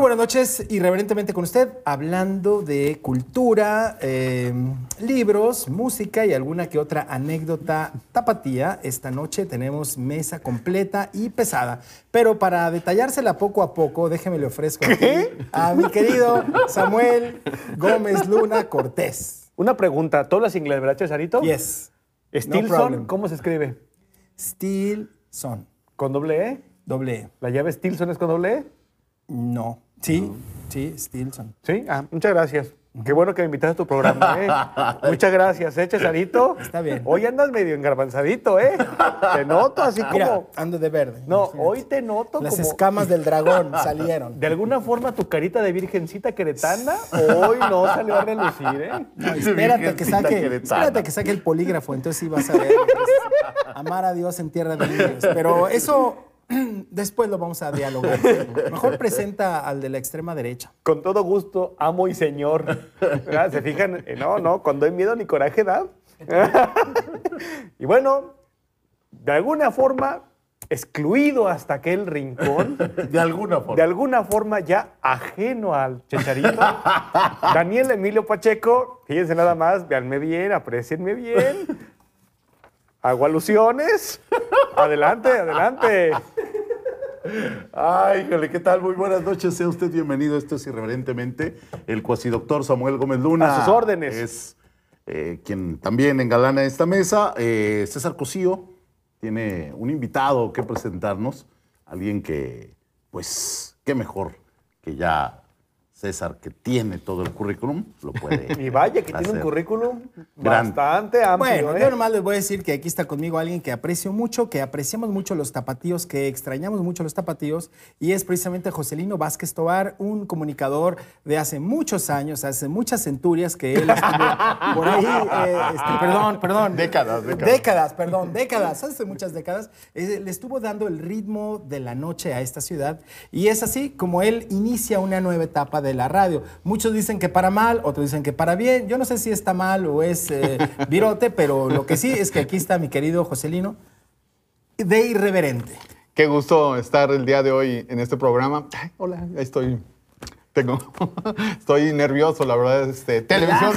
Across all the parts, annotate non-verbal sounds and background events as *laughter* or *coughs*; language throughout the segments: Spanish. buenas noches, irreverentemente con usted, hablando de cultura, eh, libros, música y alguna que otra anécdota tapatía. Esta noche tenemos mesa completa y pesada, pero para detallársela poco a poco, déjeme le ofrezco aquí a mi querido Samuel Gómez Luna Cortés. Una pregunta, ¿tú hablas inglés, verdad, Chesarito? Yes, Stilson, problem. ¿cómo se escribe? Steel Son, ¿Con doble E? doble E. ¿La llave Stilson es con doble E? No, sí, sí, Stilson. Sí, ah, muchas gracias. Qué bueno que me invitaste a tu programa, *laughs* ¿eh? Muchas gracias, ¿eh, Chesarito? Está bien. Hoy andas medio *laughs* engarbanzadito, ¿eh? Te noto así como... Mira, ando de verde. Ah, no, imagínate. hoy te noto Las como... escamas del *laughs* dragón salieron. De alguna forma tu carita de virgencita queretana hoy no salió a relucir, ¿eh? *laughs* No, espérate que Virgencita saque, queretana. espérate que saque el polígrafo, entonces sí vas a ver. pues, amar a Dios en tierra de niños. Pero eso *clears throat* después lo vamos a dialogar. Mejor presenta al de la extrema derecha. Con todo gusto, amo y señor. ¿Verdad? ¿Se fijan? Eh, No, no, cuando hay miedo ni coraje da. y bueno, de alguna forma, excluido hasta aquel rincón, De alguna forma. de alguna forma ya ajeno al checharito, Daniel Emilio Pacheco, fíjense nada más, véanme bien, aprecienme bien. Hago alusiones. Adelante, adelante. Ay, híjole, ¿qué tal? Muy buenas noches, sea usted bienvenido. Esto es irreverentemente el cuasidoctor Samuel Gómez Luna. A sus órdenes. Es eh, quien también engalana esta mesa. Eh, César Cosío tiene un invitado que presentarnos. Alguien que, pues, qué mejor que ya César, que tiene todo el currículum, lo *laughs* puede. Y vaya que tiene un hacer. currículum Grande. bastante amplio. Bueno, ¿eh? yo nomás les voy a decir que aquí está conmigo alguien que aprecio mucho, que apreciamos mucho los tapatíos, que extrañamos mucho los tapatíos, y es precisamente Joselino Vázquez Tobar, un comunicador de hace muchos años, hace muchas centurias que él estuvo por ahí, eh, este, perdón, perdón. Décadas, décadas. Décadas, perdón, décadas, hace muchas décadas, eh, le estuvo dando el ritmo de la noche a esta ciudad y es así como él inicia una nueva etapa de la radio. Muchos dicen que para mal, otros dicen que para bien. Yo no sé si está mal o es eh, virote, pero lo que sí es que aquí está mi querido Joselino de irreverente. Qué gusto estar el día de hoy en este programa. Ay, hola, ahí estoy. Tengo, *laughs* estoy nervioso, la verdad. *laughs* Este, televisión.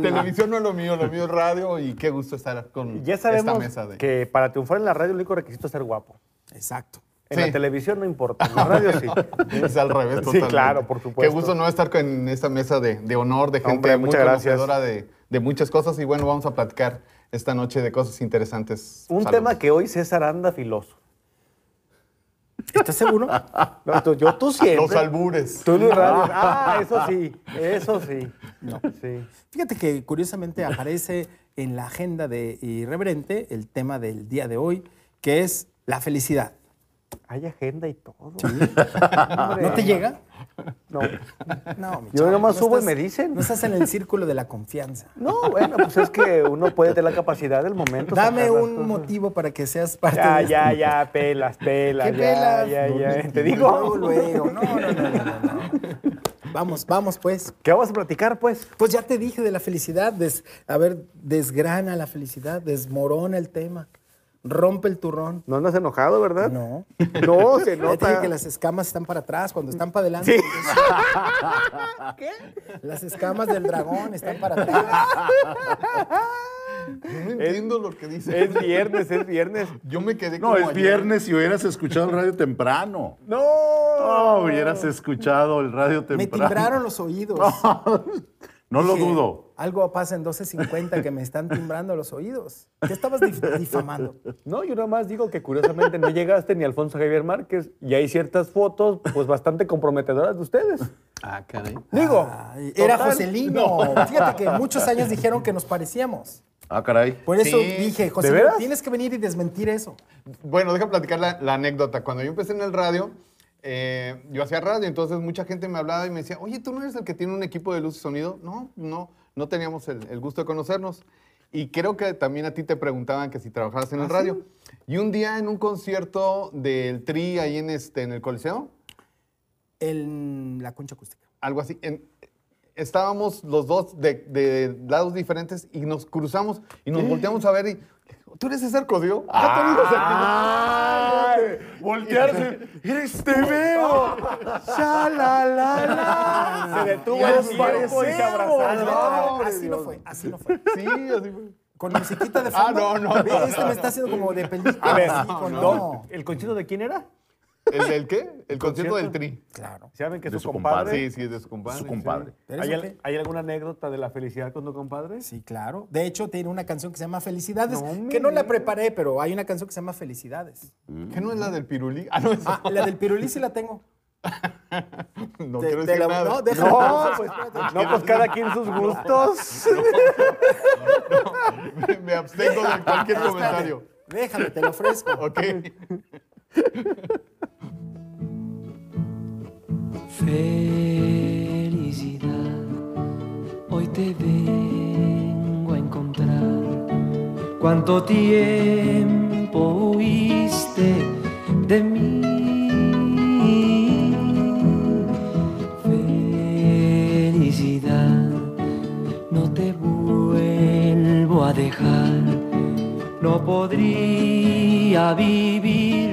televisión no es lo mío, lo mío es radio y qué gusto estar con Ya esta sabemos mesa de. que para triunfar en la radio el único requisito es ser guapo. Exacto. En Sí. la televisión no importa, en la radio sí. Es al revés, *laughs* Sí, totalmente. claro, por Qué supuesto. gusto no estar en esta mesa de, de honor, de gente Hombre, muy muchas gracias. conocedora de, de muchas cosas. Y bueno, vamos a platicar esta noche de cosas interesantes. Un Salud. tema que hoy César anda filoso. ¿Estás seguro? No, tú- yo tú siempre. Los albures. Tú en el radio. Ah, eso sí, eso sí. Sí. Fíjate que curiosamente aparece en la agenda de Irreverente el tema del día de hoy, que es la felicidad. Hay agenda y todo. ¿No te llega? No. No, mi Yo chavo, nomás subo y estás- me dicen. No estás en el círculo de la *laughs* confianza. No, bueno, pues es que uno puede tener la capacidad del momento. Dame sacar las un cosas. motivo para que seas parte Ya, de ya, ya, pelas, pelas. ¿Qué ya, pelas? Ya, ya, Te Luego, digo. luego. No, no, no, no, no, no. Vamos, vamos, pues. ¿Qué vamos a platicar, pues? Pues ya te dije de la felicidad. des- a ver, desgrana la felicidad, desmorona el tema, rompe el turrón. No andas enojado, ¿verdad? No. No, *laughs* se Ya te dije ¿Ah? nota. que las escamas están para atrás cuando están para adelante. pues. Sí. *laughs* Las escamas del dragón están para atrás. No entiendo lo que dice. Es viernes, es viernes. Yo me quedé No, como es ayer. viernes y hubieras escuchado el radio temprano. No. No, Oh, hubieras escuchado el radio Me temprano. timbraron los oídos. No lo Dije, dudo. Algo pasa en 12.50 que me están timbrando los oídos. ¿Qué estabas dif- difamando? No, yo nada más digo que curiosamente no llegaste ni Alfonso Javier Márquez y hay ciertas fotos pues bastante comprometedoras de ustedes. Ah, caray. Digo, Ay, era total, Joselino. Fíjate que muchos años dijeron que nos parecíamos. Ah, caray. Por eso Sí, dije, ¿de Joselino, veras? tienes que venir y desmentir eso. Bueno, deja platicar la, la anécdota. Cuando yo empecé en el radio, eh, yo hacía radio, entonces mucha gente me hablaba y me decía, oye, ¿tú no eres el que tiene un equipo de luz y sonido? No, no, no teníamos el, el gusto de conocernos. Y creo que también a ti te preguntaban que si trabajabas en el radio. Y un día en un concierto del Tri ahí en, este, en el Coliseo, En la concha acústica. algo así. en- estábamos los dos de, de lados diferentes y nos cruzamos y nos volteamos a ver y, ¿Tú eres César Codío? ¡Ah! Voltearse. ¡Eres te veo! ¡Sha, la, la, la! Se detuvo el Nos tiempo y se parecemos. abrazaron. No, hombre, así no Dios. fue, así no fue. Sí, así fue. Con musiquita de fondo. Ah, no, no, no, Este me está haciendo como de película. A ver, así, con- Don, no. ¿el concierto de quién era? *laughs* ¿El del qué? El concierto del Tri. Claro. ¿Saben que De su, su compadre? Sí, sí, es de su compadre. Su compadre. Pero ¿Hay, eso al- qué? hay alguna anécdota de la felicidad con tu compadre? Sí, claro. De hecho, tiene una canción que se llama Felicidades, No me que no la digas. preparé, pero hay una canción que se llama Felicidades. sí. ¿Qué no es la Mm. del Pirulí? Ah, no, es- Ah, la del pirulí sí la tengo. *laughs* no Te- quiero te decir la- nada. No, déjala. No, pues, espérate. no, pues cada quien sus gustos. *laughs* Me- Me abstengo *laughs* de cualquier comentario. Déjame, te lo ofrezco. Ok. Felicidad, hoy te vengo a encontrar. Cuánto tiempo huiste de mí. Felicidad, no te vuelvo a dejar. No podría vivir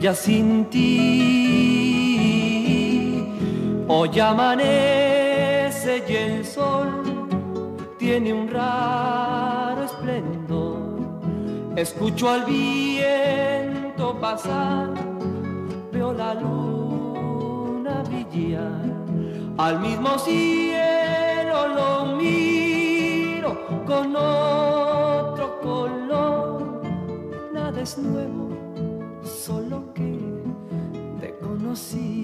ya sin ti. Hoy amanece y el sol tiene un raro esplendor. Escucho al viento pasar, veo la luna brillar. Al mismo cielo lo miro con otro color. Nada es nuevo, solo que te conocí.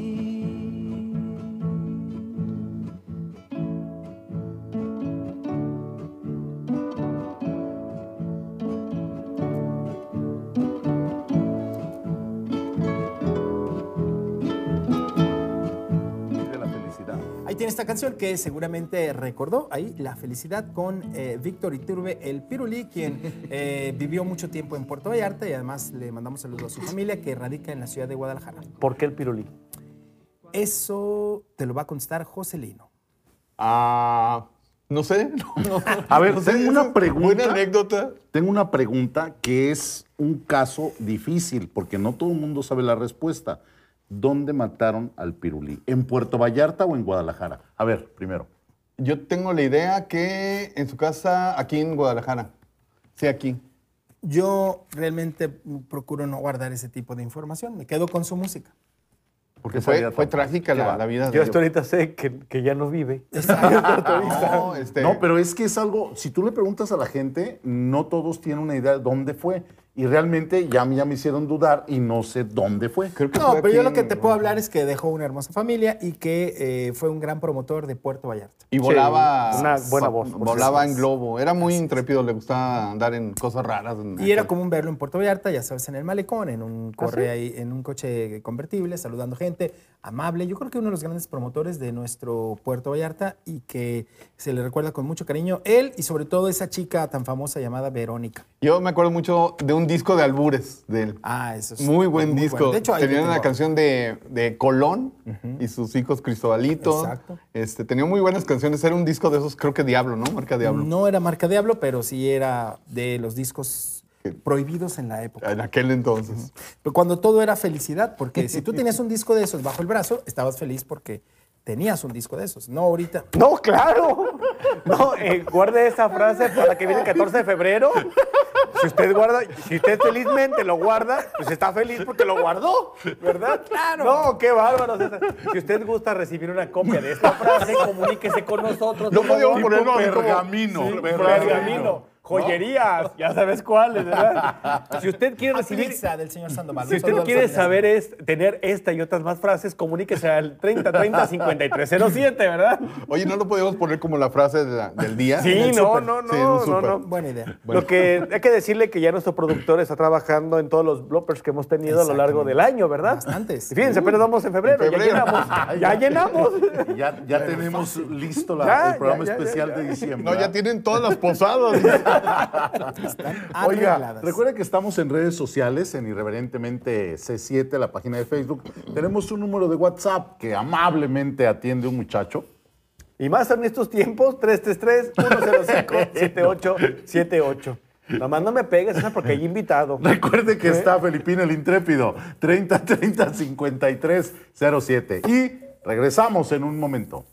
De la felicidad. Ahí tiene esta canción que seguramente recordó ahí la felicidad con eh, Víctor Iturbe el Pirulí, quien eh, *laughs* vivió mucho tiempo en Puerto Vallarta y además le mandamos saludos a su familia que radica en la ciudad de Guadalajara. ¿Por qué el pirulí? Eso te lo va a contestar Joselino. Ah, no sé. *laughs* no, no. A ver, No sé, tengo es una Buena pregunta. anécdota. Tengo una pregunta que es un caso difícil, porque no todo el mundo sabe la respuesta. ¿Dónde mataron al pirulí? ¿En Puerto Vallarta o en Guadalajara? A ver, primero. Yo tengo la idea que en su casa, aquí en Guadalajara. Sí, aquí. Yo realmente procuro no guardar ese tipo de información, me quedo con su música. Porque Fue, fue trágica la, la vida de Yo hasta ahorita sé que, que ya no vive. No, este, No, pero es que es algo, si tú le preguntas a la gente, no todos tienen una idea de dónde fue. Y realmente ya, me- ya me hicieron dudar y no sé dónde fue. creo que No, fue pero yo aquí lo que en- te puedo hablar es que dejó una hermosa familia y que eh, fue un gran promotor de Puerto Vallarta. Y volaba. una buena voz, por Volaba supuesto. en globo. Era muy intrépido, le gustaba andar en cosas raras. en- Y era común verlo en Puerto Vallarta, ya sabes, en el malecón, en un, ¿Ah, corre ahí, en un coche convertible, saludando gente, amable. Yo creo que uno de los grandes promotores de nuestro Puerto Vallarta y que se le recuerda con mucho cariño él y sobre todo esa chica tan famosa llamada Verónica. Yo me acuerdo mucho de un disco de albures de él. Ah, eso es Muy buen disco. bueno. De hecho, ahí lo tenían tengo. una canción de, de Colón y sus hijos Cristobalito. Exacto. Este, tenía muy buenas canciones. Era un disco de esos, creo que Diablo, ¿no? Marca Diablo. No era marca Diablo, pero sí era de los discos prohibidos en la época. En aquel entonces. Pero cuando todo era felicidad, porque si tú tenías un disco de esos bajo el brazo, estabas feliz porque tenías un disco de esos, no ahorita. *laughs* No, claro. No, eh, guarde esa frase para que viene el 14 de febrero. Si usted guarda, si usted felizmente lo guarda, pues está feliz porque lo guardó, ¿verdad? Claro. No, qué bárbaro. César. Si usted gusta recibir una copia de esta frase, comuníquese con nosotros. No por favor. podíamos ponerlo así como- pergamino. Sí, pergamino, joyerías, ya sabes cuáles, ¿verdad? Si usted Ah, quiere recibir Utiliza del señor Sandoval. Si Un saludo usted al quiere señor saber es, tener esta y otras más frases, comuníquese al 3030-5307, ¿verdad? Oye, ¿no lo podíamos poner como la frase de la- del día? Sí, En el no, súper. no, Sí, en un no, no, súper. no. Sandoval. Buena idea. Lo que hay que decirle que ya nuestro productor está trabajando en todos los bloopers que hemos tenido a lo largo del año, ¿verdad? Bastantes. Y Fíjense, apenas vamos en febrero, En febrero. ya llenamos, ya llenamos. Ya, ya tenemos listo la- Ya, el programa ya, ya, especial ya, de diciembre. No, ¿verdad? ya tienen todas las *laughs* posadas. Oiga, Arregladas. recuerda que estamos en redes sociales, en Irreverentemente C7, la página de Facebook. Tenemos un número de WhatsApp que amablemente atiende un muchacho. *laughs* Y más en estos tiempos, 333-105-7878. Nomás no me pegues, esa porque hay invitado. ¿Eh? Recuerde que está Felipino el Intrépido, 30 30 53 07. Y regresamos en un momento.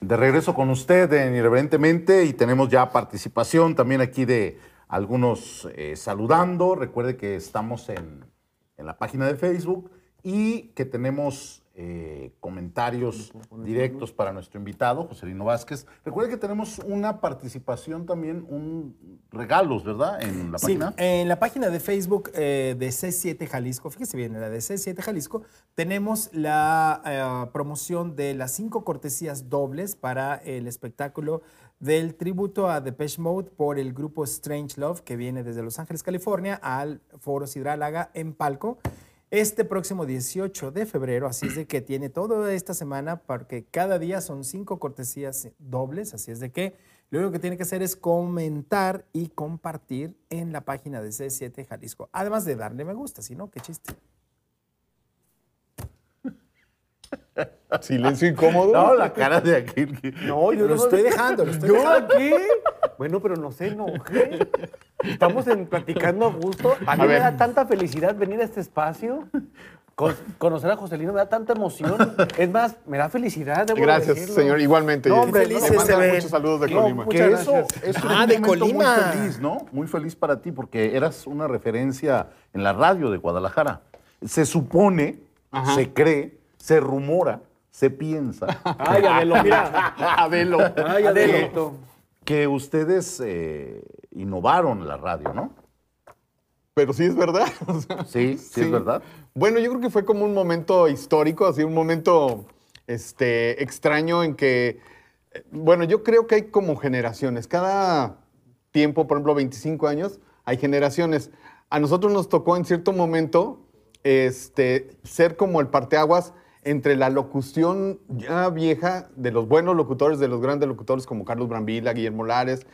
De regreso con usted en Irreverentemente y tenemos ya participación también aquí de algunos eh, saludando. Recuerde que estamos en, en la página de Facebook y que tenemos eh, comentarios directos para nuestro invitado, Joselino Vázquez. Recuerde que tenemos una participación también, un regalos, ¿verdad? En la Sí, *laughs* página. en la página de Facebook eh, de C7 Jalisco, fíjese bien, en la de C7 Jalisco, tenemos la eh, promoción de las cinco cortesías dobles para el espectáculo del tributo a Depeche Mode por el grupo Strange Love, que viene desde Los Ángeles, California, al Foro Sidrálaga en Palco. Este próximo 18 de febrero, así es de que tiene toda esta semana, porque cada día son cinco cortesías dobles, así es de que lo único que tiene que hacer es comentar y compartir en la página de C7 Jalisco. Además de darle me gusta, si no, qué chiste. Silencio incómodo. No, la cara de aquel. que- No, yo Lo no estoy dejando, lo estoy ¿Yo dejando. aquí? Bueno, pero no sé, no. Estamos en, platicando a gusto. A mí me ver. da tanta felicidad venir a este espacio. Con- conocer a Joselino me da tanta emoción. Es más, me da felicidad. debo Gracias, decirlo. señor. Igualmente. No, Jessy. hombre, Le felices mandan se ven. muchos saludos de No, Colima. muchas Que eso, gracias. eso Ah, un de momento Colima. Muy feliz, ¿no? Muy feliz para ti porque eras una referencia en la radio de Guadalajara. Se supone, Ajá. se cree, se rumora, se *laughs* piensa Ay, Adelo, mira. Adelo. Ah, Ay, Adelo. que ustedes eh, innovaron la radio, ¿no? Pero sí es verdad. *laughs* o sea, Sí, sí, es verdad. Bueno, yo creo que fue como un momento histórico, así un momento este, extraño en que, eh, bueno, yo creo que hay como generaciones. Cada tiempo, por ejemplo, 25 años, hay generaciones. A nosotros nos tocó en cierto momento este, ser como el parteaguas entre la locución ya vieja de los buenos locutores, de los grandes locutores como Carlos Brambila, Guillermo Lares,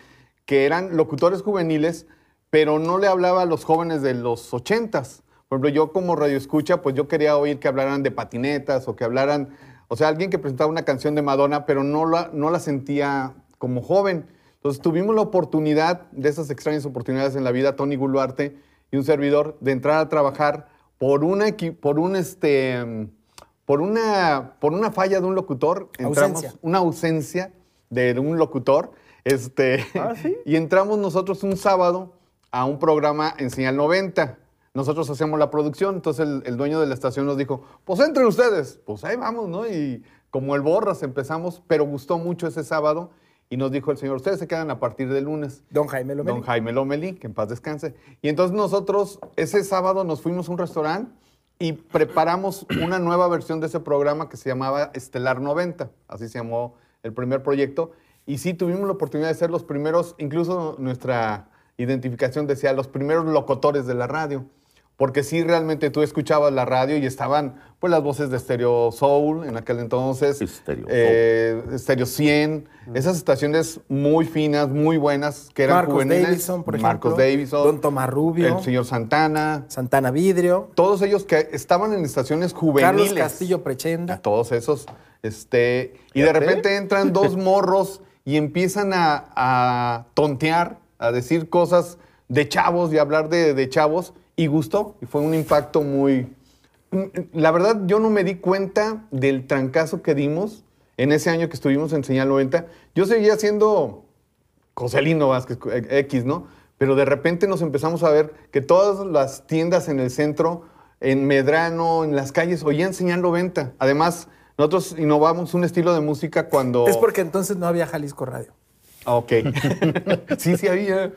que eran locutores juveniles, pero no le hablaba a los jóvenes de los ochentas. Por ejemplo, yo como radioescucha, pues yo quería oír que hablaran de patinetas o que hablaran, o sea, alguien que presentaba una canción de Madonna, pero no la, no la sentía como joven. Entonces tuvimos la oportunidad, de esas extrañas oportunidades en la vida, Tony Guluarte y un servidor, de entrar a trabajar por una, equi- por un, este, mm, por una, por una falla de un locutor, entramos, Ausencia. una ausencia de un locutor. Este, *laughs* Y entramos nosotros un sábado a un programa en Señal 90. Nosotros hacíamos la producción, entonces el, el dueño de la estación nos dijo, pues entren ustedes, pues ahí vamos, ¿no? Y como el borras empezamos, pero gustó mucho ese sábado y nos dijo el señor, ustedes se quedan a partir del lunes. Don Jaime Lomeli. Don Jaime Lomelí, que en paz descanse. Y entonces nosotros ese sábado nos fuimos a un restaurante y preparamos una nueva versión de ese programa que se llamaba Estelar 90, así se llamó el primer proyecto. Y sí, tuvimos la oportunidad de ser los primeros, incluso nuestra identificación decía, los primeros locutores de la radio. Porque sí, realmente tú escuchabas la radio y estaban pues las voces de Stereo Soul en aquel entonces. Stereo Soul. eh, Stereo 100. Esas estaciones muy finas, muy buenas, que eran Marcos juveniles, Davison, por Marcos ejemplo, Davison, Don Tomás Rubio. el señor Santana, Santana Vidrio, todos ellos que estaban en estaciones juveniles. Carlos Castillo Prechenda. A todos esos. Este, y de Fíjate. repente entran *laughs* dos morros y empiezan a, a tontear, a decir cosas de chavos y hablar de, de chavos. Y gustó. Y fue un impacto muy. mm, La verdad, yo no me di cuenta del trancazo que dimos en ese año que estuvimos en Señal 90. Yo seguía siendo Joselino Vázquez eh, X, ¿no? Pero de repente nos empezamos a ver que todas las tiendas en el centro, en Medrano, en las calles, oían señal 90. Además, nosotros innovamos un estilo de música cuando. Es porque entonces no había Jalisco Radio. Ah, ok. *laughs* sí, sí había.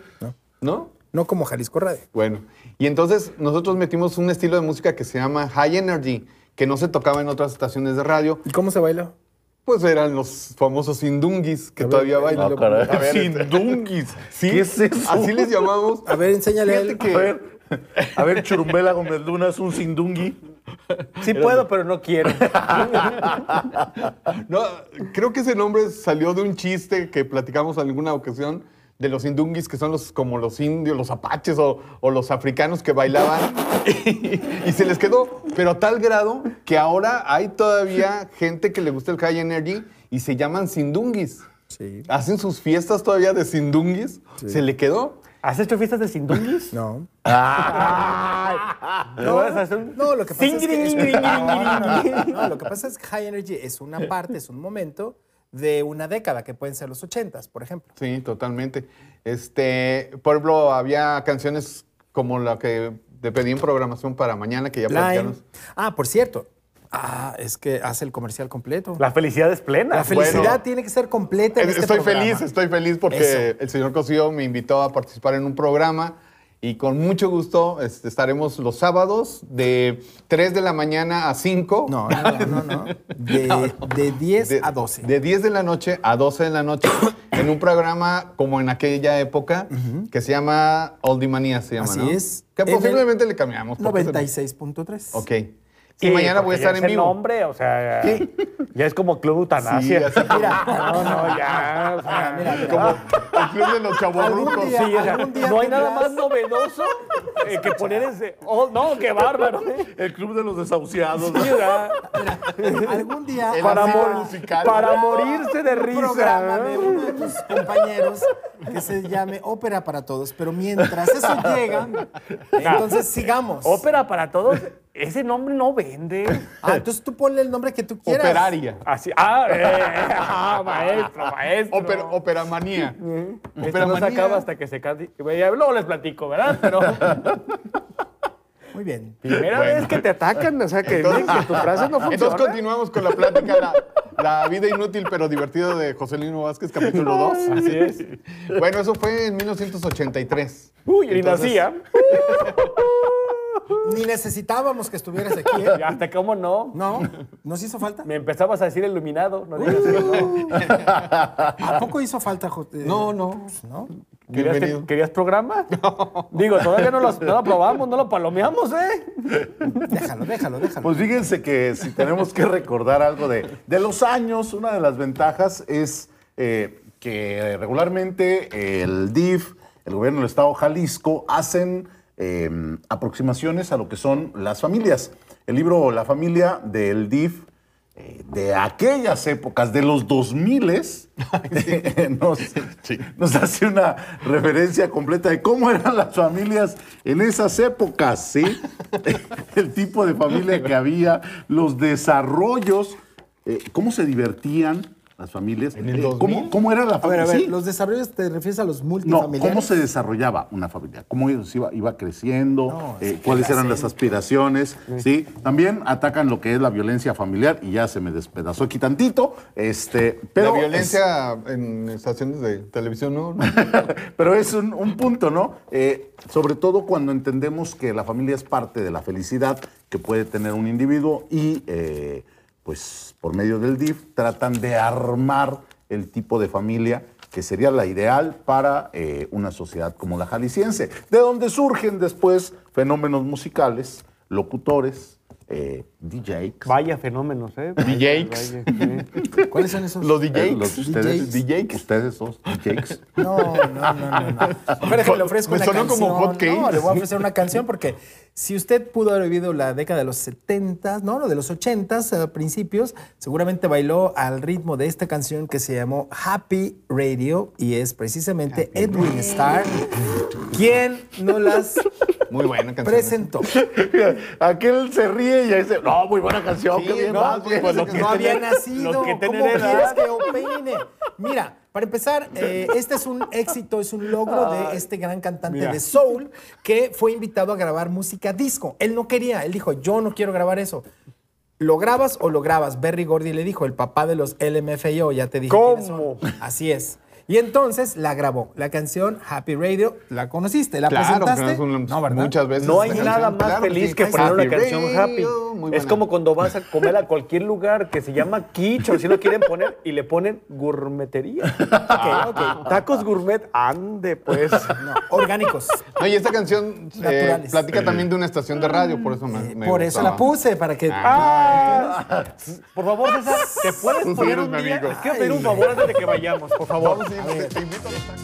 ¿No? No como Jalisco Radio. Bueno, y entonces nosotros metimos un estilo de música que se llama High Energy, que no se tocaba en otras estaciones de radio. ¿Y cómo se bailó? Pues eran los famosos sindunguis que eh, todavía bailan. Ah, caray. A ver, Sindunguis. Sí, ¿Qué es eso? así les llamamos. A ver, enséñale a Fíjate él. que A ver. A ver, Churumbela Gómez Luna es un sindungui. Sí puedo, pero no quiero. No, creo que ese nombre salió de un chiste que platicamos en alguna ocasión de los indunguis, que son los como los indios, los apaches o, o los africanos que bailaban. *laughs* Y, y se les quedó, pero a tal grado que ahora hay todavía gente que le gusta el high energy y se llaman sindunguis. Sí. Hacen sus fiestas todavía de sindunguis. Se le quedó. ¿Has hecho fiestas de sindungis? *laughs* No. ¿No vas a hacer un- No, lo que pasa es que es- Singiringiringiringiring. No, no, lo que pasa es que High Energy es una parte, es un momento de una década, que pueden ser los ochentas, por ejemplo. Sí, totalmente. Este, por ejemplo, había canciones como la que te pedí en programación para mañana, que ya Lime. platicamos. Ah, por cierto. Ah, es que hace el comercial completo. La, La felicidad es plena. felicidad bueno. tiene que ser completa en este estoy programa. feliz, estoy feliz porque Eso. el señor Cosío me invitó a participar en un programa y con mucho gusto este, estaremos los sábados de 3 de la mañana a 5. No, no, no, no. no. *laughs* De, de 10 De- a 12. De 10 de la noche a 12 de *coughs* la noche en un programa como en aquella época que se llama Oldimanía, se llama, Así ¿no? es. Que En el posiblemente le cambiamos. porque se- 96.3. Ok. Sí, y mañana voy porque a estar ya en es vivo. El nombre, o sea, ya es como Club Sí, Eutanasia. así como- Mira. no, no, ya. O sea, Ah, mira, mira. como el club de los chavorrucos. Algún día. Sí, o sea, Algún día no hay nada tendrás- más novedoso eh, que poner ese. Oh, no, qué bárbaro. eh. El club de los desahuciados. Sí, o sea, Algún día. El para, habrá asilo mor- musical. para morirse de un risa. programa de uno de tus compañeros que se llame Ópera para Todos. Pero mientras *laughs* eso llega, entonces sigamos. Ópera para todos. Ese nombre no vende. Ah, entonces tú ponle el nombre que tú quieras. Operaria. Así. Ah, eh, *laughs* ah, maestro, maestro. Oper- *laughs* operamanía. Esto no se Operamanía. acaba hasta que se cante. Ya Luego les platico, ¿verdad? *laughs* Pero Muy bien. primera Bueno. vez que te atacan, o sea, que, dicen que tus frases no funcionan. Entonces continuamos con la plática, la, la vida inútil pero divertida de José Lino Vázquez, capítulo 2. Así es. Bueno, eso fue en 1983. *laughs* Uy, y Entonces, *laughs* nacía. Ni necesitábamos que estuvieras aquí, ¿eh? Ya, Hasta cómo no. No, nos hizo falta. Me empezabas a decir iluminado. No *laughs* digas que no. *laughs* ¿A poco hizo falta? jo- eh, No, no. pues, ¿No? ¿Querías, Bienvenido. querías programa? Digo, todavía *laughs* no lo, no lo probamos, no lo palomeamos, ¿eh? Déjalo, déjalo, déjalo. Pues fíjense que si tenemos que recordar algo de, de los años, una de las ventajas es eh, que regularmente el DIF, el gobierno del Estado Jalisco, hacen eh, aproximaciones a lo que son las familias. El libro La familia del DIF eh, de aquellas épocas, de los 2000 *laughs* nos, nos hace una referencia completa de cómo eran las familias en esas épocas, ¿sí? *laughs* El tipo de familia que había, los desarrollos, eh, cómo se divertían las familias, el eh, 2000? cómo, cómo era la A ver, familia. a ver, ¿los desarrollos te refieres a los No, multifamiliares? ¿cómo se desarrollaba una familia? ¿Cómo ellos iba, iba creciendo? No, Eh, sí, ¿Cuáles claro, eran sí. las aspiraciones? ¿sí? También atacan lo que es la violencia familiar y ya se me despedazó aquí tantito. Este, pero la violencia en estaciones de televisión, ¿no? es- pero es un, un punto, ¿no? Eh, sobre todo cuando entendemos que la familia es parte de la felicidad que puede tener un individuo y, eh, pues, por medio del DIF tratan de armar el tipo de familia que sería la ideal para eh, una sociedad como la jalisciense, de donde surgen después fenómenos musicales, locutores, eh, DJs. Vaya fenómenos, *laughs* ¿eh? DJs. Vaya, sí. Pues ¿Cuáles son esos? Los Eh, DJs. los- ustedes, DJs. ustedes son DJs. No, no, no, no. *laughs* no. Mejor déjame, le ofrezco Me una sonó canción. como hotcakes. No, le voy a ofrecer una canción porque si usted pudo haber vivido la década de los 70, no, no, de los 80 a principios, seguramente bailó al ritmo de esta canción que se llamó Happy Radio y es precisamente Edwin Starr quien no las Muy buena *laughs* canción. presentó. *laughs* Aquel se ríe y dice, no, muy buena canción, Sí, qué bien no, vas, pues, bien". lo que- No había tener- nacido. lo que tener ¿Cómo quieres edad. que opine? Mira, para empezar, eh, este es un éxito, es un logro de este gran cantante mira. de soul que fue invitado a grabar música disco. Él no quería, él dijo, yo no quiero grabar eso. ¿Lo grabas o lo grabas? Berry Gordy le dijo, el papá de los LMFAO, ya te dije. quiénes ¿Cómo? son. Así es. Y entonces la grabó. La canción Happy Radio, la conociste, la Claro, presentaste. es un- No, ¿verdad? muchas veces. No hay esa nada canción, más claro feliz sí. que poner una Happy canción happy. Radio. muy buena. Es como cuando vas a comer a cualquier lugar que se llama quicho, si lo quieren poner, y le ponen gourmetería. Tacos gourmet, ande pues. No, orgánicos. No, y esta canción eh, Naturales. Eh, platica también de una estación de radio, por eso me, *laughs* me Por eso gustaba. la puse, para que. Ah, por favor, César, ¿te puedes Tú sí poner eres un mi día? amigo. Les quiero pedir un favor antes de que vayamos, por favor. Vamos, sí, te- te invito a los tacos.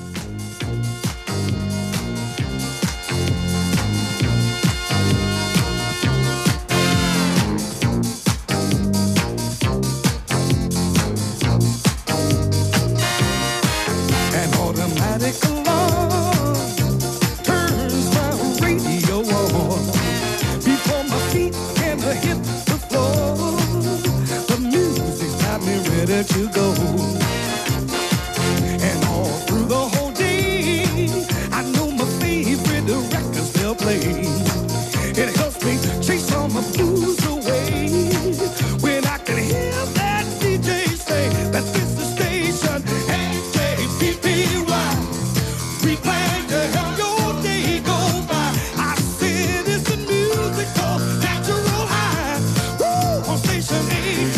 An automatic alarm turns my radio on before my feet can hit the floor. The music got me ready to go, and all through the whole day, I know my favorite records they'll play. It helps me chase all my blues away when I can hear that DJ say that this is station AJPPY. We plan to help your day go by. I said it's the musical natural high. Woo, on station AJ.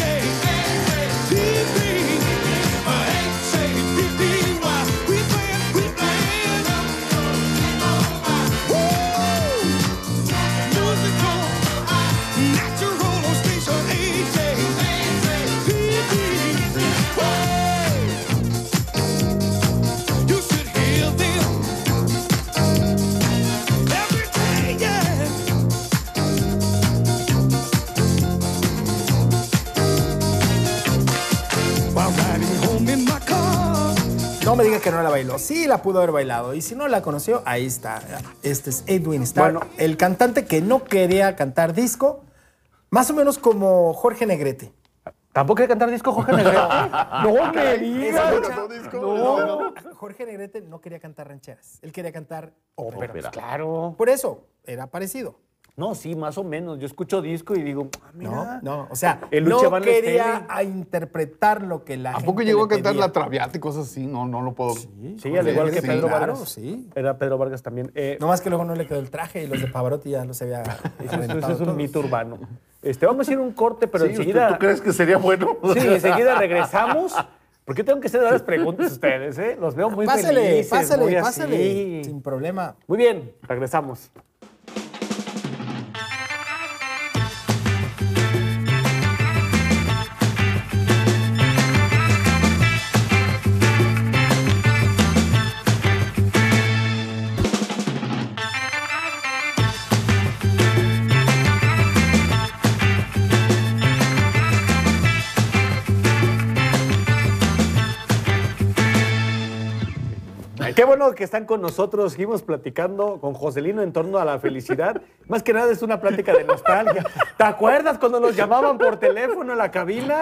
We plan, we plan. Woo! Musical, natural on station AJ. Woo! You should hear them every day, yeah. While riding home in my car, No me diga que no la bailó. Sí, la pudo haber bailado. Y si no la conoció, ahí está. Este es Edwin Starr, Bueno. el cantante que no quería cantar disco, más o menos como Jorge Negrete. ¿Tampoco quiere cantar disco Jorge Negrete? *laughs* No me Esa digas. lucha- No. No, Jorge Negrete no quería cantar rancheras. Él quería cantar ópera. Pero, pues, claro. Por eso, era parecido. No, sí, más o menos. Yo escucho disco y digo, ah, No, mira. no, o sea, El Lucha no Van quería Estele. a interpretar lo que la ¿A gente poco llegó a le cantar pedía. la traviata y cosas así? No, no lo puedo. Sí, al igual que Sí, Pedro claro, Vargas. sí. Era Pedro Vargas también. Eh, No más que luego no le quedó el traje y los de Pavarotti ya los había *laughs* eso es- eso aventado pues, es un todos. mito urbano. Este, vamos a ir a un corte, pero Sí, ¿usted- enseguida. ¿Tú crees que sería bueno? *laughs* Sí, enseguida regresamos. Porque tengo que hacer las preguntas a ustedes, ¿eh? Los veo muy Pásale, felices. pásale, muy así. pásale. Sin problema. Muy bien, regresamos. Qué bueno que están con nosotros. Seguimos platicando con Joselino en torno a la felicidad. Más que nada es una plática de nostalgia. ¿Te acuerdas cuando nos llamaban por teléfono a la cabina?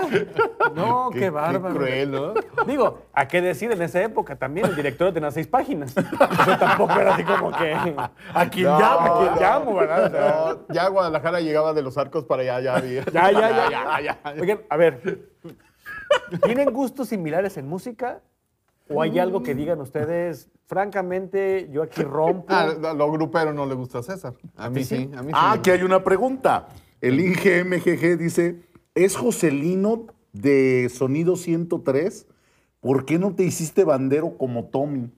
No, qué, bárbaro. *laughs* cruel, ¿no? Digo, ¿a qué decir en esa época también? El director tenía seis páginas. Yo tampoco era así como que. ¿A quién llamo? ¿A quién llamo, verdad? O sea, No, ya Guadalajara llegaba de los arcos para allá, ya había. Ya, ya, ya, ya, Oigan, a ver. ¿Tienen gustos similares en música? ¿O hay algo que digan ustedes? Francamente, yo aquí rompo. Ah, a lo grupero no le gusta a César. A mí sí, a mí sí. *laughs* Ah, le- aquí hay una pregunta. El IngeMGG dice, ¿es Joselino de Sonido 103? ¿Por qué no te hiciste bandero como Tommy?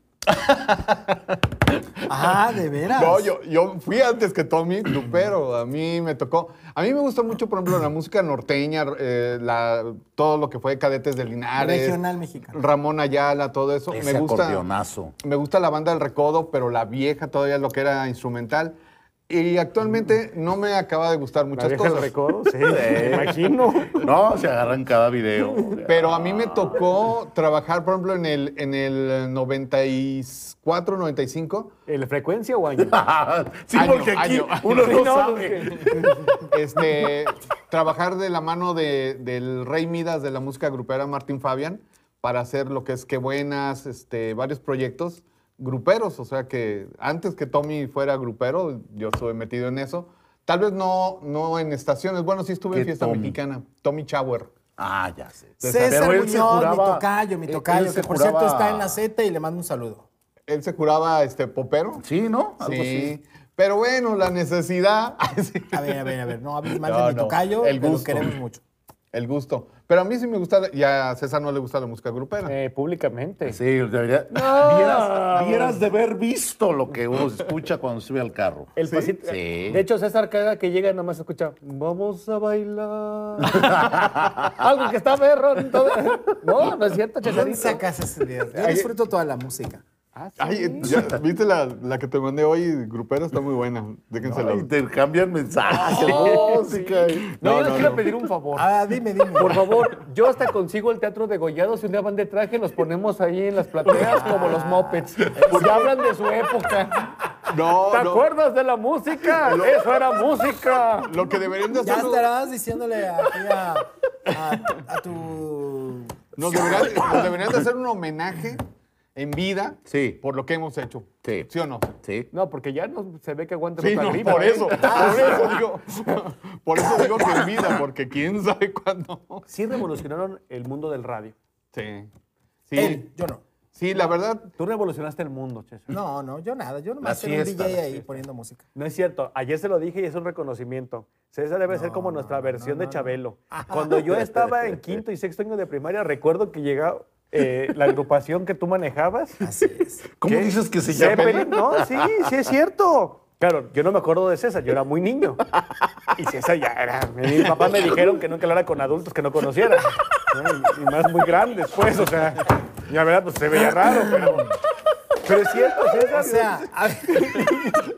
Ah, de veras. No, yo, yo fui antes que Tommy, pero a mí me tocó. A mí me gustó mucho, por ejemplo, la música norteña, eh, la- todo lo que fue Cadetes de Linares. Regional mexicano. Ramón Ayala, todo eso. Ese me gusta. acordeonazo. Me gusta la banda del Recodo, pero la vieja todavía lo que era instrumental. Y actualmente no me acaba de gustar ¿La muchas vieja del recodo? cosas. Sí, me imagino. No, se agarran cada video. *laughs* Pero a mí me tocó trabajar, por ejemplo, en el, en el 94, 95. ¿El frecuencia o año? sí, Año, porque aquí año, año. uno Sí, no, no, sabe. pues Este, trabajar de la mano de- del Rey Midas de la música grupera, Martín Fabian, para hacer lo que es Qué Buenas, este, varios proyectos gruperos. O sea que antes que Tommy fuera grupero, yo estuve metido en eso. Tal vez no, no en estaciones. Bueno, sí estuve en ¿Qué fiesta Tommy? mexicana. Tommy Chauer. Ah, ya sé. César Pero él Muñoz, se juraba- mi tocayo, mi él- tocayo, él que se por juraba- cierto está en la Z y le mando un saludo. Él se juraba este, popero. Sí, ¿no? Algo Sí, así. Pero bueno, la necesidad. *laughs* Ay, sí. A ver, a ver, a ver. No hables mal No, de mi no, tocayo, el pero gusto. queremos mucho. El gusto. Pero a mí sí me gusta, la- y a César no le gusta la música grupera. Eh, públicamente. Sí, debería. Vieras, vieras de haber visto lo que uno escucha cuando sube al carro. El pasito- Sí. De hecho, César cada que llega nomás escucha, vamos a bailar. Algo que está perro. entonces- No, no es cierto, ¿De ¿Dónde Chesarito. sacas ese video? Yo disfruto toda la música. Ay, eh, ya, ¿viste la, la que te mandé hoy? Grupera está muy buena. Déjensela. Ay, intercambian mensajes. *laughs* música. No, yo les no, quiero no. pedir un favor. Ah, dime, dime. Por favor, yo hasta consigo el teatro de Gollado. Si un día van de traje, los ponemos ahí en las plateas como los mopeds. Porque hablan de su época. No, ¿Te Oh, no. acuerdas de la música? Eso era música. Lo que deberían de Ya hacer. estarás diciéndole aquí a, a- a tu. Nos deberían, nos deberían de hacer un homenaje en vida Sí. por lo que hemos hecho. Sí. ¿Sí o no? Sí. No, porque ya no se ve que aguanta Sí, la no, gripa, por ¿eh? eso. Por eso digo, por eso digo que en vida, porque quién sabe cuándo. Sí revolucionaron el mundo del radio. Sí. Él, Sí, yo no. sí la verdad, Tú revolucionaste el mundo, César. No, no, yo nada. Yo nomás La era un fiesta, DJ la ahí fiesta. poniendo música. No es cierto, ayer se lo dije y es un reconocimiento. César debe ser como nuestra versión de *laughs* Chabelo. Cuando yo estaba en quinto y sexto año de primaria, recuerdo que llegaba eh, la agrupación que tú manejabas. Así es. ¿Cómo dices que se llama? Zeppelin, no, sí, sí es cierto. Claro, yo no me acuerdo de César, yo era muy niño. Y César ya era. Mis papás me dijeron que nunca hablara con adultos que no conociera. ¿no? Y, y más muy grandes, pues, o sea. Y la verdad, pues se veía raro, pero. Pero es cierto, César. O sea, a ver.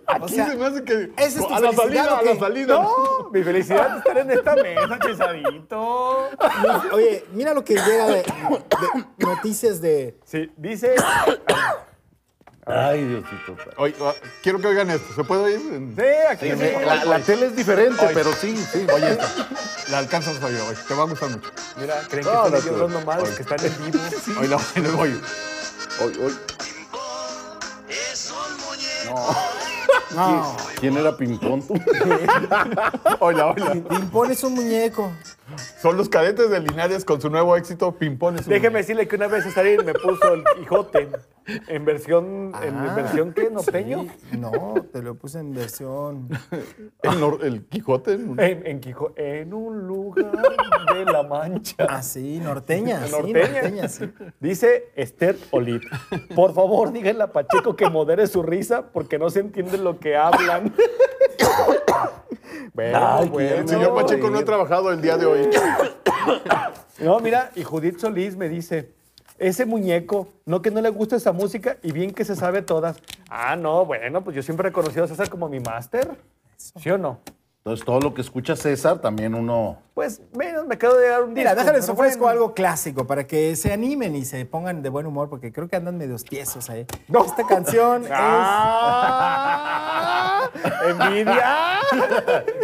O aquí sea, se me hace que. ¿esa es tu a la felicidad salida, o a la qué? salida. No, mi felicidad es estar en esta mesa, Chesadito. oye, mira lo que llega de, de noticias de. Sí, dice. Ay, Diosito. Oye, ah, quiero que oigan esto. ¿Se puede oír? Sí, aquí sí. La, la tele es diferente, pero sí, sí. Oye, esta. La alcanzas a oír hoy. Te va a gustar mucho. Mira, Creen que No, son no, ellos no. los nomás que están en vivo. hoy la hoy la voy. Hoy, hoy. No. ¿Quién era *laughs* Pimpón? Hola, hola. Te impones un muñeco. Son los cadetes de Linares con su nuevo éxito Pimpón. es un- Déjeme decirle que una vez Cesarín me puso el Quijote en versión, Ah, en versión que norteño. No, te lo puse en *laughs* versión. El, nor- el Quijote. ¿no? En, en, Quijo- en un lugar de la mancha. Así, norteña. Ah, Sí, Norteña. norteña, sí. Dice Esther Olip. Por favor, díganle a Pacheco que modere su risa porque no se entiende lo que hablan. Bueno, Ay, El señor Pacheco no ha trabajado el día de hoy. No, mira, y Judith Solís me dice, ese muñeco, no que no le gusta esa música y bien que se sabe todas. Ah, no, bueno, pues yo siempre he reconocido a César como mi máster. ¿Sí o no? Entonces, todo lo que escucha César, también uno. Pues menos me quedo de dar un día. Mira, déjales ofrezco algo clásico para que se animen y se pongan de buen humor, porque creo que andan medios tiesos ahí. Esta *laughs* canción ¡Ah! *laughs* ¡Envidia!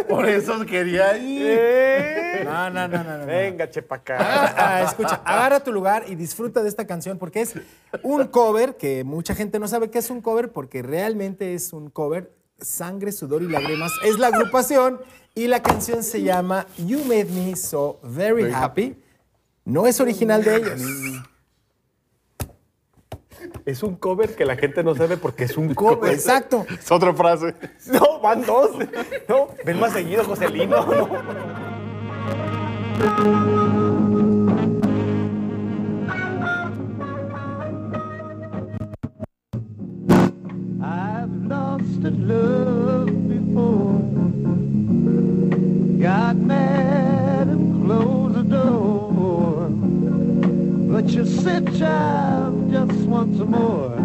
Por eso quería ir. es. ¡Eh! No, no, no, no. no. Venga, Ah, chepacá. ah, escucha, agarra tu lugar y disfruta de esta canción porque es un cover que mucha gente no sabe que es un cover porque realmente es un cover. Sangre, sudor y lágrimas es la agrupación y la canción se llama You Made Me So Very Happy. No es original de *laughs* ellos. Es un cover que la gente no sabe porque es un cover. Exacto. Es otra frase. *laughs* No, van dos. No, ven más seguido, *laughs* Joselino. No. I've lost at love before. Got mad and closed the door. But you said, child, just once more.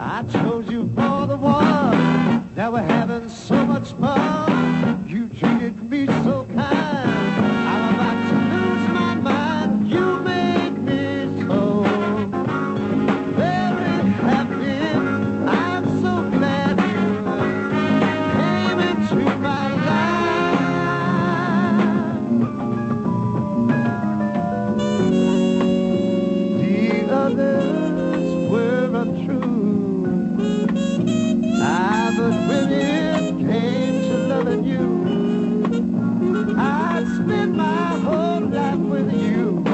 I chose you for the one. Now we're having so much fun. You treated me so kind. I'm about to lose my mind. You made me so very happy. I'm so glad you came into my life. The others were untrue. Ah, but when it came to loving you, I'd spend my whole life with you.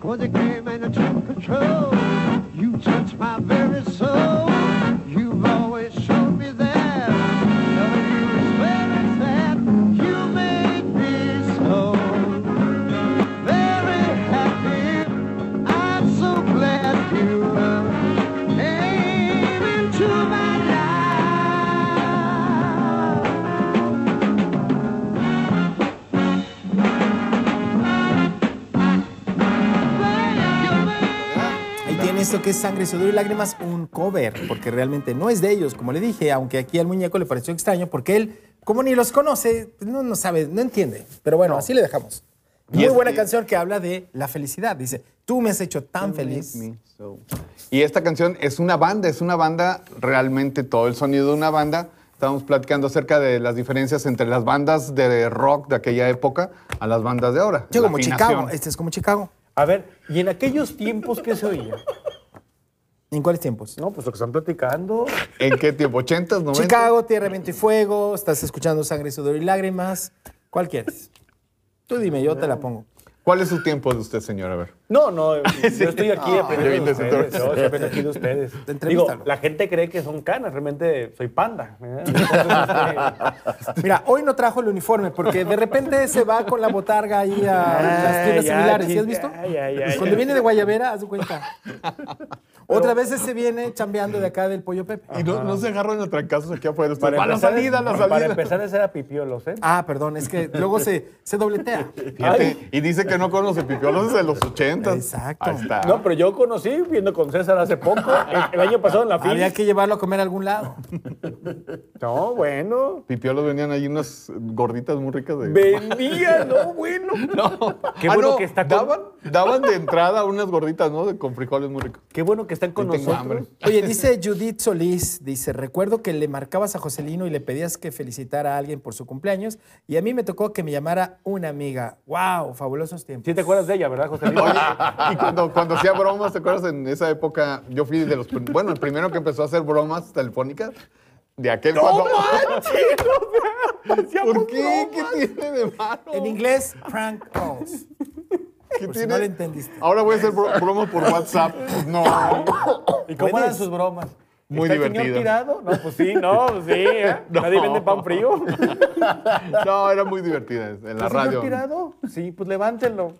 Cause it came and it took control. You touched my very soul. You've always shown me that esto que es Sangre, Sudor y Lágrimas un cover, porque realmente no es de ellos, como le dije, aunque aquí al muñeco le pareció extraño, porque él, como ni los conoce, pues no, no sabe, no entiende. Pero bueno, así le dejamos. Muy es- buena canción que habla de la felicidad. Dice, tú me has hecho tan feliz. Y esta canción es una banda, es una banda realmente todo el sonido de una banda. Estábamos platicando acerca de las diferencias entre las bandas de rock de aquella época a las bandas de ahora. Yo La como afinación. Chicago, este es como Chicago. A ver, ¿y en aquellos tiempos qué se oía? ¿En cuáles tiempos? No, pues lo que están platicando. ¿En qué tiempo? ¿80s, 90s? Chicago, Tierra, Viento y Fuego, estás escuchando Sangre, Sudor y Lágrimas. ¿Cuál quieres? Tú dime, yo te la pongo. ¿Cuál es su tiempo de usted, señor? A ver. No, *laughs* no, yo estoy aquí aprendiendo de yo vine de ustedes. Ah, Yo estoy aprendiendo aquí de ustedes. Digo, Entrevístalo. la gente cree que son canas, realmente soy panda. *laughs* ¿eh? Entonces, este, Mira, hoy no trajo el uniforme porque de repente se va con la botarga ahí a Ah, las tiendas ya, similares. ¿Sí chis- has visto? Pues ya, ya, ya, Cuando ya. viene de Guayabera, haz de cuenta. Otra vez se viene chambeando de acá del Pollo Pepe. Y no, no se agarran a trancazos aquí afuera. Usted, para "Pa, la empezar, salida, la Para salida. empezar, ese era pipiolos, ¿eh? Ah, perdón, es que luego se, se dobletea. Fíjate, y dice que no conoce pipiolos desde los 80. Exacto. Ahí está. No, pero yo conocí viendo con César hace poco, el, el año pasado en la fila. Había que llevarlo a comer a algún lado. No, bueno. Pipiolos venían ahí unas gorditas muy ricas de. Vendía, no, bueno. Qué Ah, bueno no, que está con- daban, daban de entrada unas gorditas, ¿no? De- Con frijoles muy ricos. Qué bueno que están con Yo tengo nosotros. hambre. Oye, dice Judith Solís, dice, recuerdo que le marcabas a Joselino y le pedías que felicitara a alguien por su cumpleaños y a mí me tocó que me llamara una amiga. ¡Wow! Fabulosos tiempos. Sí te acuerdas de ella, ¿verdad, José Luis? Y cuando, cuando hacía bromas, ¿te acuerdas? En esa época, yo fui de los. prim- Bueno, el primero que empezó a hacer bromas telefónicas. De aquel cuando. *laughs* ¿Por qué? ¿Qué tiene de malo? Oh, En inglés, prank calls. ¿Qué Por si tiene? no lo entendiste. Ahora voy a hacer bro- bromas por WhatsApp. No. ¿Y cómo Puedes. eran sus bromas? Muy ¿Está el divertido. señor tirado? No, pues sí, no, pues sí. *laughs* ¿eh? Nadie vende pan frío. No, era muy divertida en la ¿El señor radio. tirado? Sí, pues levántenlo.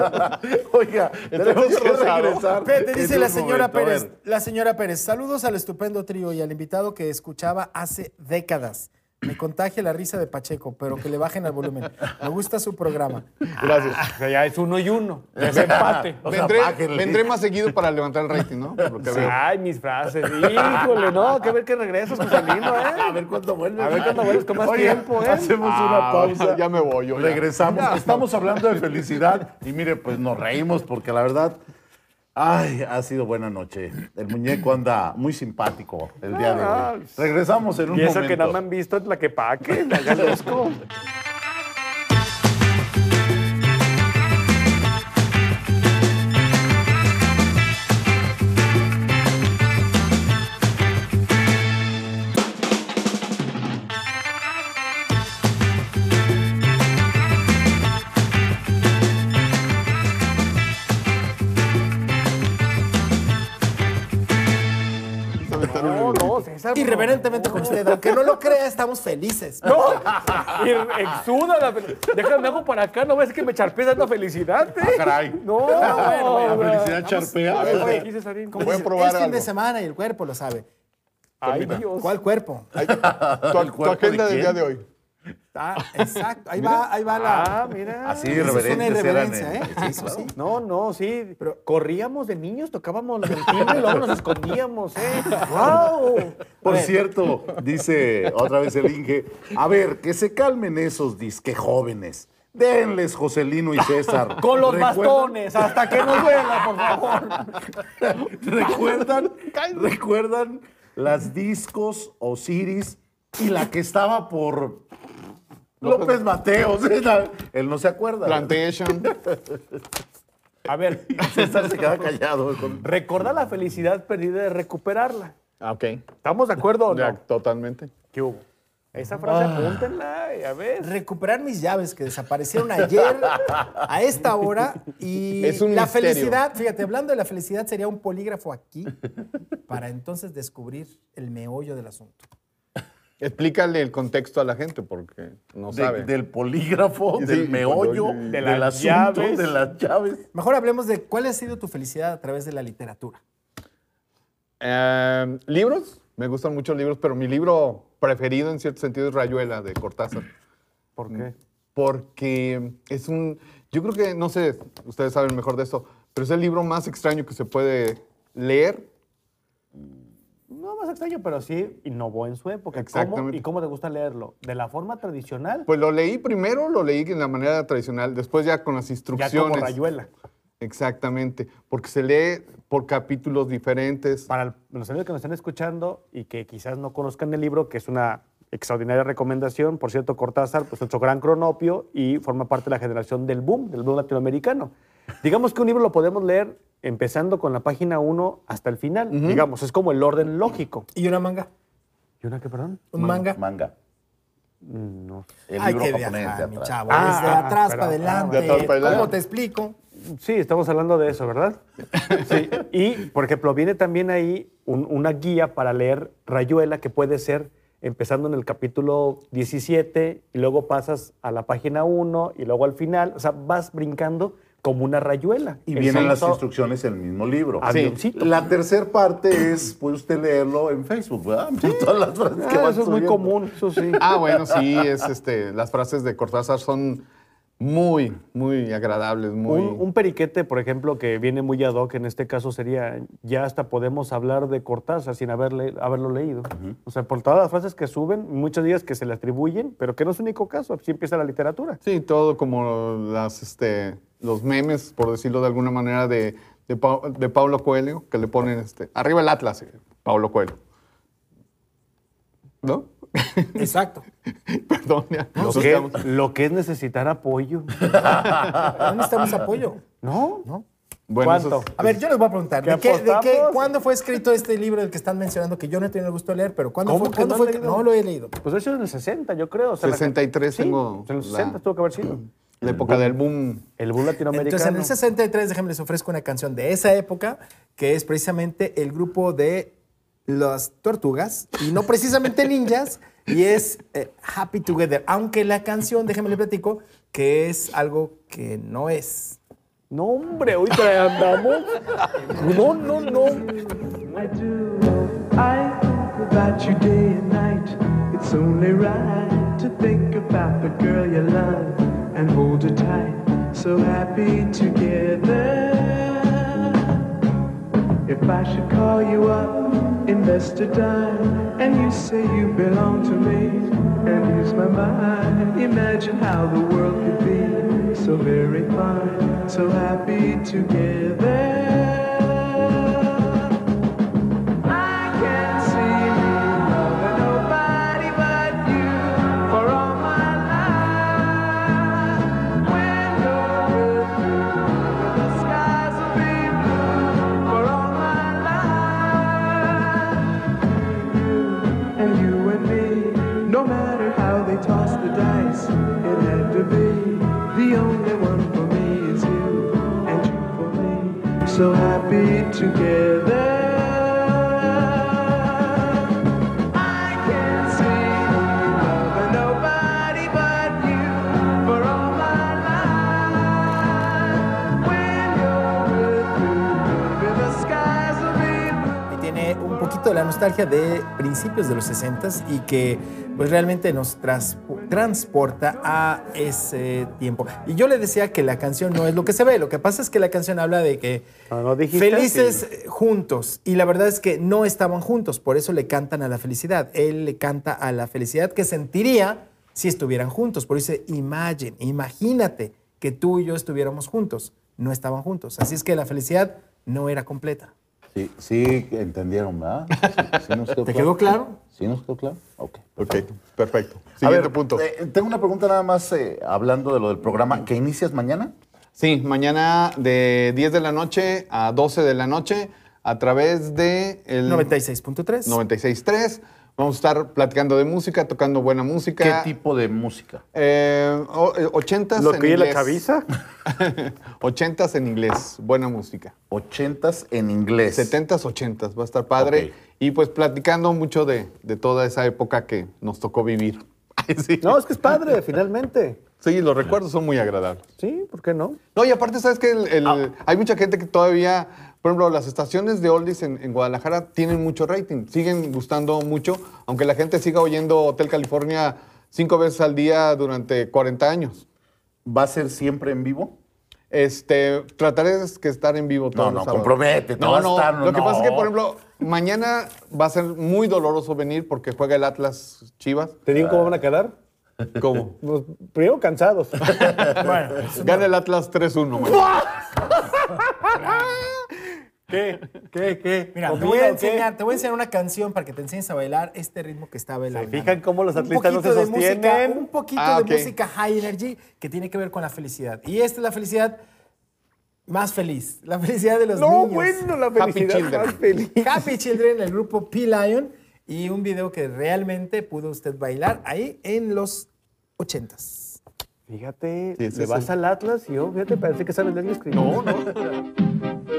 *laughs* Oiga, tenemos que rosado. regresar. Espérate, dice en la un señora momento. A ver, Pérez. La señora Pérez, saludos al estupendo trío y al invitado que escuchaba hace décadas. Me contagia la risa de Pacheco, pero que le bajen al volumen. Me gusta su programa. Gracias. O sea, ya es uno y uno. *laughs* Desempate. Ah. O sea, Vendré, bájenle. vendré más seguido para levantar el rating, ¿no? Por lo que veo. Ay, mis frases. Híjole, no, que ver que regresas, José Lino, ¿eh? A ver cuándo vuelves. A ver cuándo vuelves con más Oye, tiempo, ¿eh? Hacemos Ah, una pausa. ya me voy, yo ya. Regresamos. Estamos hablando de felicidad. Y mire, pues nos reímos porque la verdad. Ay, ha sido buena noche. El muñeco anda muy simpático el día de hoy. Regresamos en un Y eso momento. que no me han visto en la que paque, te agradezco. No, no, César. Irreverentemente con usted, aunque no lo crea, estamos felices. No, y exuda la fel- Déjame hago para acá, no ves que me charpeas dando felicidad, ¿eh? Ah, Caray. *laughs* No, La güey. felicidad Este, charpea. Oye, aquí, Cesarín, Como Voy a dicen, probar es fin de algo". semana y el cuerpo lo sabe. Ay, Dios. ¿Cuál cuerpo? *laughs* Tu, tu cuerpo de agenda del quién? día de hoy. Ah, exacto. Ahí va, ahí va la. Ah, mira. Así Esa es una irreverentes irreverencia, eran, ¿eh? eh, Eso sí. No, no, sí. Pero corríamos de niños, tocábamos el timbre y luego nos escondíamos, ¿eh? ¡Wow! Por A ver. cierto, dice otra vez el Inge, a ver, que se calmen esos disque jóvenes. Denles Joselino y *laughs* César. Con los ¿Recuerdan- bastones, hasta que nos duela, por favor. *laughs* ¿Recuerdan? ¿Recuerdan las discos Osiris y la que estaba por López Mateos? *laughs* Era- Él no se acuerda. Plantation. A ver, César se queda callado. con- recuerda la felicidad perdida de recuperarla. Ah, ok. ¿Estamos de acuerdo o no? Ya, totalmente. ¿Qué hubo? Esa frase apúntenla, y a ver. Recuperar mis llaves que desaparecieron ayer a esta hora y Es un la misterio. felicidad, fíjate, hablando de la felicidad sería un polígrafo aquí para entonces descubrir el meollo del asunto. Explícale el contexto a la gente porque no de- sabe. del polígrafo, Sí, del meollo, de del las asunto, llaves. de las llaves. Mejor hablemos de cuál ha sido tu felicidad a través de la literatura. Eh, libros. Me gustan mucho libros, pero mi libro preferido en cierto sentido es Rayuela de Cortázar. ¿Por qué? Porque es un. Yo creo que, no sé, ustedes saben mejor de eso, pero es el libro más extraño que se puede leer. No más extraño, pero sí innovó en su época. ¿Cómo- Exactamente. ¿Y cómo te gusta leerlo? ¿De la forma tradicional? Pues lo leí primero, lo leí en la manera tradicional, después ya con las ya instrucciones. como rayuela. Exactamente, porque se lee por capítulos diferentes. Para el- los amigos que nos están escuchando y que quizás no conozcan el libro, que es una extraordinaria recomendación, por cierto, Cortázar pues otro gran cronopio y forma parte de la generación del boom, del boom latinoamericano. Digamos que un libro lo podemos leer empezando con la página 1 hasta el final, digamos, es como el orden lógico. ¿Y una manga? ¿Y una que, perdón? ¿Un manga? Manga. Mm, No. El Hay libro que japonés de viajar, mi atrás. chavo. Ah, es de ah, atrás pero- para adelante. de atrás para ¿Cómo adelante. te explico? Sí, estamos hablando de eso, ¿verdad? Sí. Y, por ejemplo, viene también ahí un- una guía para leer Rayuela que puede ser empezando en el capítulo 17 y luego pasas a la página 1 y luego al final. O sea, vas brincando como una rayuela. Y El vienen las famoso instrucciones en el mismo libro. Ah, Avioncito. La tercera parte es, puede usted leerlo en Facebook, ¿verdad? Todas las frases Ah, que van eso es muy subiendo. común, eso sí. Ah, bueno, sí, es este, las frases de Cortázar son muy, muy agradables, muy... Un, un periquete, por ejemplo, que viene muy ad hoc, en este caso sería, ya hasta podemos hablar de Cortázar sin haberle, haberlo leído. O sea, por todas las frases que suben, muchas de ellas que se le atribuyen, pero que no es único caso, así empieza la literatura. Sí, todo como las, este, los memes, por decirlo de alguna manera, de, de, Pau- de Paulo Coelho, que le ponen este, arriba el Atlas, eh, Paulo Coelho. ¿No? *laughs* Exacto. Perdón, ya. Lo nos que, asustamos. lo que es necesitar *laughs* apoyo. No necesitamos apoyo. ¿No? ¿No? Bueno, ¿Cuánto? eso es- A ver, yo les voy a preguntar, ¿de ¿Qué qué, de qué- apostamos? cuándo fue escrito este libro del que están mencionando que yo no he tenido el gusto de leer, pero cuándo ¿Cómo fue? que ¿cuándo no fue has que- leído? no lo he leído? Pues eso es en el 60, yo creo. o sea, la- 63 sí, tengo En los la- 60 tuvo que haber *clears throat* sido. la época del boom. El boom latinoamericano. Entonces, en el 63, déjenme les ofrezco una canción de esa época, que es precisamente el grupo de las tortugas, y no precisamente ninjas, y es eh, Happy Together. Aunque la canción, déjenme les platico, que es algo que no es. No, hombre, ahorita andamos. No, no, no. I do. I think about you day and night. It's only right to think about the girl you love and hold her tight. So happy together. If I should call you up, invest a dime, and you say you belong to me, and use my mind, imagine how the world could be so very fine, so happy together. I can't see me loving nobody but you for all my life. When you're with me, the skies will be blue for all my life. And you and me, no matter how they toss the dice, it had to be the only one for me is you and you for me. So happy together. I can't see loving nobody but you for all my life. When you're with me, baby, the skies will be blue. Y tiene un poquito de la nostalgia de principios de los 60s y que pues realmente nos transpo- transporta a ese tiempo. Y yo le decía que la canción no es lo que se ve, lo que pasa es que la canción habla de que No, no dijiste, felices juntos y la verdad es que no estaban juntos, por eso le cantan a la felicidad. Él le canta a la felicidad que sentiría si estuvieran juntos, por eso dice, imagine, imagínate que tú y yo estuviéramos juntos, no estaban juntos, así es que la felicidad no era completa. Sí, sí, entendieron, ¿verdad? Sí, sí nos *laughs* quedó ¿Te quedó claro? ¿Sí nos quedó claro? Ok. Ok, perfecto. A Siguiente ver, punto. eh, tengo una pregunta nada más eh, hablando de lo del programa. ¿Que inicias mañana? Sí, mañana de 10 de la noche a 12 de la noche a través de el 96.3. 96.3. Vamos a estar platicando de música, tocando buena ¿Qué música. tipo de música? Eh, o- eh, 80s Lo en que oye la inglés. *laughs* chaviza. 80s en inglés, buena música. Ochentas en inglés. *laughs* 70s, 80s, va a estar padre. Ok. Y pues platicando mucho de, de toda esa época que nos tocó vivir. Ay, sí. No, es que es padre, finalmente. sí, los recuerdos son muy agradables. Sí, ¿por qué no? No, y aparte, ¿sabes que Ah. Hay mucha gente que todavía, por ejemplo, las estaciones de oldies en, en Guadalajara tienen mucho rating, siguen gustando mucho, aunque la gente siga oyendo Hotel California cinco veces al día durante 40 años. ¿Va a ser siempre en vivo? Este, trataré de que estar en vivo todos no, los sábados. comprométete, no No, vas a no, estar, Lo que no. pasa es que, por ejemplo, mañana va a ser muy doloroso venir porque juega el Atlas Chivas. ¿Te digo cómo van a quedar? *laughs* ¿Cómo? Pues, primero cansados. Bueno, es una- Gana el Atlas 3-1. mañana. *laughs* ¿Qué? ¿Qué? ¿Qué? Mira, te voy, a enseñar, te voy a enseñar una canción para que te enseñes a bailar este ritmo que está bailando. fijan cómo los Un atletas no poquito se de música- sostienen? un poquito Ah, de ok. música high energy que tiene que ver con la felicidad. Y esta es la felicidad más feliz, la felicidad de los No, niños. bueno, la Happy felicidad children. más feliz. Happy Children, el grupo P-Lion, y un video que realmente pudo usted bailar ahí en los ochentas. Fíjate, Sí, es le eso. vas al Atlas y yo, fíjate, parece que sabes leer y escribir. No, no.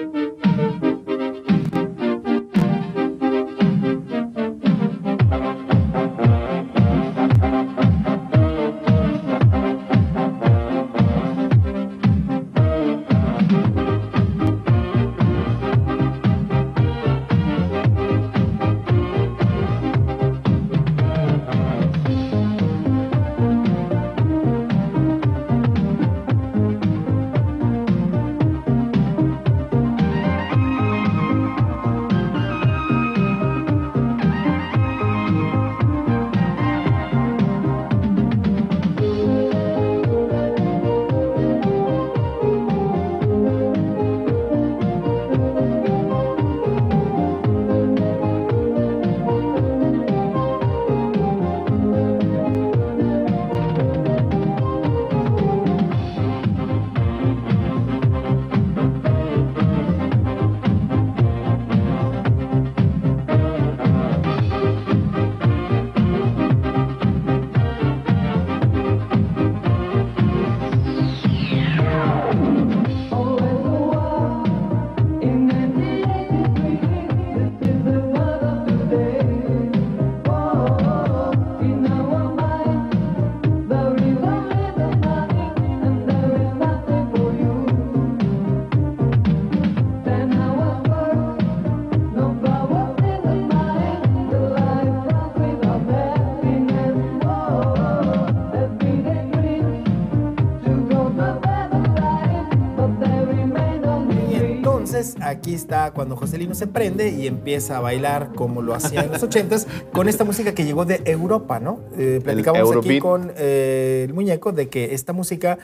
Y entonces aquí está cuando Joselino se prende y empieza a bailar como lo hacía en los ochentas con esta música que llegó de Europa, ¿no? Eh, platicamos aquí Eurobeat. con eh, el muñeco de que esta música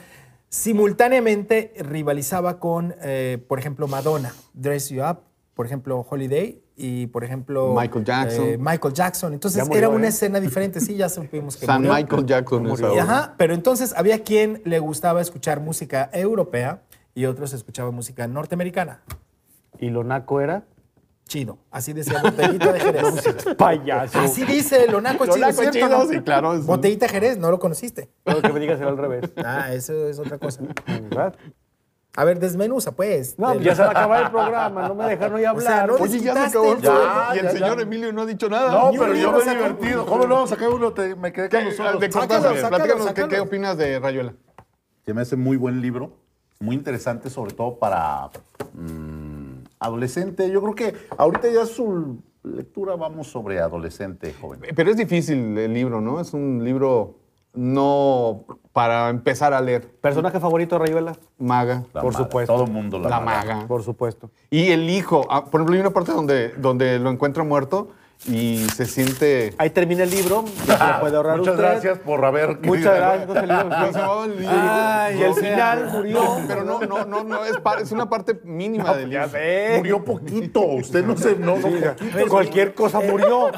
simultáneamente rivalizaba con, eh, por ejemplo, Madonna, Dress You Up, por ejemplo, Holiday y, por ejemplo, Michael Jackson. eh, Michael Jackson. Entonces Ya murió, era una ¿eh? escena diferente, sí, ya supimos que San murió. Michael Jackson es Y ahora. Ajá, pero entonces había quien le gustaba escuchar música europea y otros escuchaban música norteamericana. Y lo naco era *laughs* Chido. Así decía Botellita de Jerez. payaso. Así dice Lonaco Chido, Lonaco ¿cierto? Chido, no? sí, claro, es- Botellita Jerez, no lo conociste. Todo lo que me digas era al revés. Ah, eso es otra cosa. ¿Verdad? A ver, desmenuza, pues. No, Del- ya se va a acabar el programa, no me dejaron hoy hablar. no- Oye, ya se Quitaste acabó el el juego. Y el Ya, señor Emilio no ha dicho nada. No, Ni un Oh, pero yo libro me he saca- divertido. ¿Cómo no? Saqué uno, te- me quedé con los ojos. De Sácalo, Cortázar, sácalo, platícanos, ¿qué- sácalo. ¿qué opinas de Rayuela? Se me hace muy buen libro, muy interesante, sobre todo para mm, adolescente. Yo creo que ahorita ya su lectura vamos sobre adolescente, joven. Pero es difícil el libro, ¿no? Es un libro no para empezar a leer. Personaje favorito, Rayuela, Maga. La por maga, supuesto. todo mundo la maga. maga. por supuesto. Y el hijo. ah, por ejemplo, hay una parte donde, donde lo encuentra muerto y se siente. Ahí termina el libro, ya se lo puede ahorrar Ah, Muchas usted. gracias por haber querido- Muchas gracias, No se Joselito. va a olvidar. Ay, Y el o sea, final No, murió. pero no, no, no, no, es, par- es una parte mínima del libro. sé. Eh, Murió poquito. Usted no se. No, no, poquito. Cualquier cosa murió.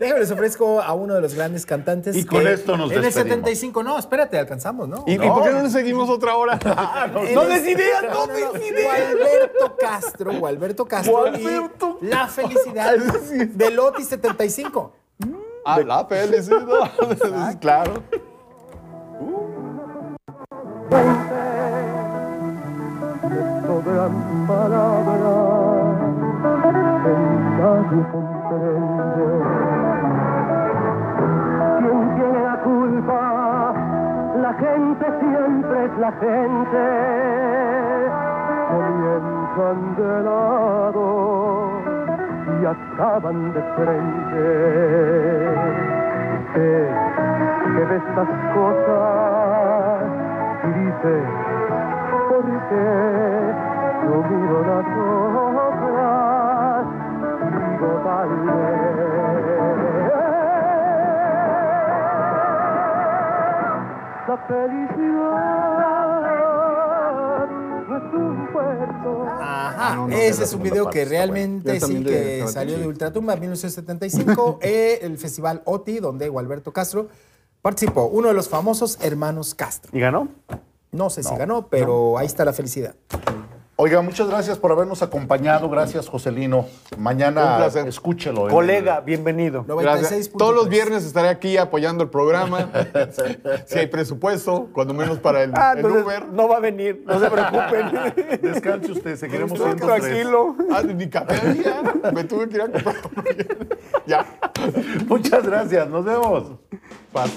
Déjame les ofrezco a uno de los grandes cantantes. Y con que esto nos En el despedimos. 75, no, espérate, alcanzamos, ¿no? ¿Y, y por qué no le seguimos otra hora? *laughs* En ¡No el- des ideas, no no, des Gualberto Castro, Gualberto Castro. Gualberto. Y la felicidad de Loti 75. Ah, la felicidad. claro. ¿Quién tiene la culpa? La gente siempre es la gente. Comienzan de lado y acaban de frente. Sé que ve estas cosas y dice, que no miro las otras, digo tal vez. La felicidad no es un puerto. Ajá, Ah, No, no, ya ese la es un segunda video parte que está buena. realmente Yo sí también le- que estaba salió de pensando. Ultratumba *laughs* 1975, eh, el Festival OTI, donde Gualberto Castro participó, uno de los famosos hermanos Castro. ¿Y ganó? No sé si ganó, pero ahí está la felicidad. Oiga, muchas gracias por habernos acompañado. Gracias, Joselino. Mañana Un placer. escúchelo. eh. en- Colega, bienvenido. Gracias. 96.3. Todos los viernes estaré aquí apoyando *laughs* el programa. si hay presupuesto, cuando menos para el, Ah, el entonces Uber. no va a venir, no se *laughs* preocupen. Descanse usted, seguiremos Estoy siendo tres. tranquilo. Ah, ni café había. Me tuve que ir a comprar. uno. ya. Muchas gracias, nos vemos. Paz.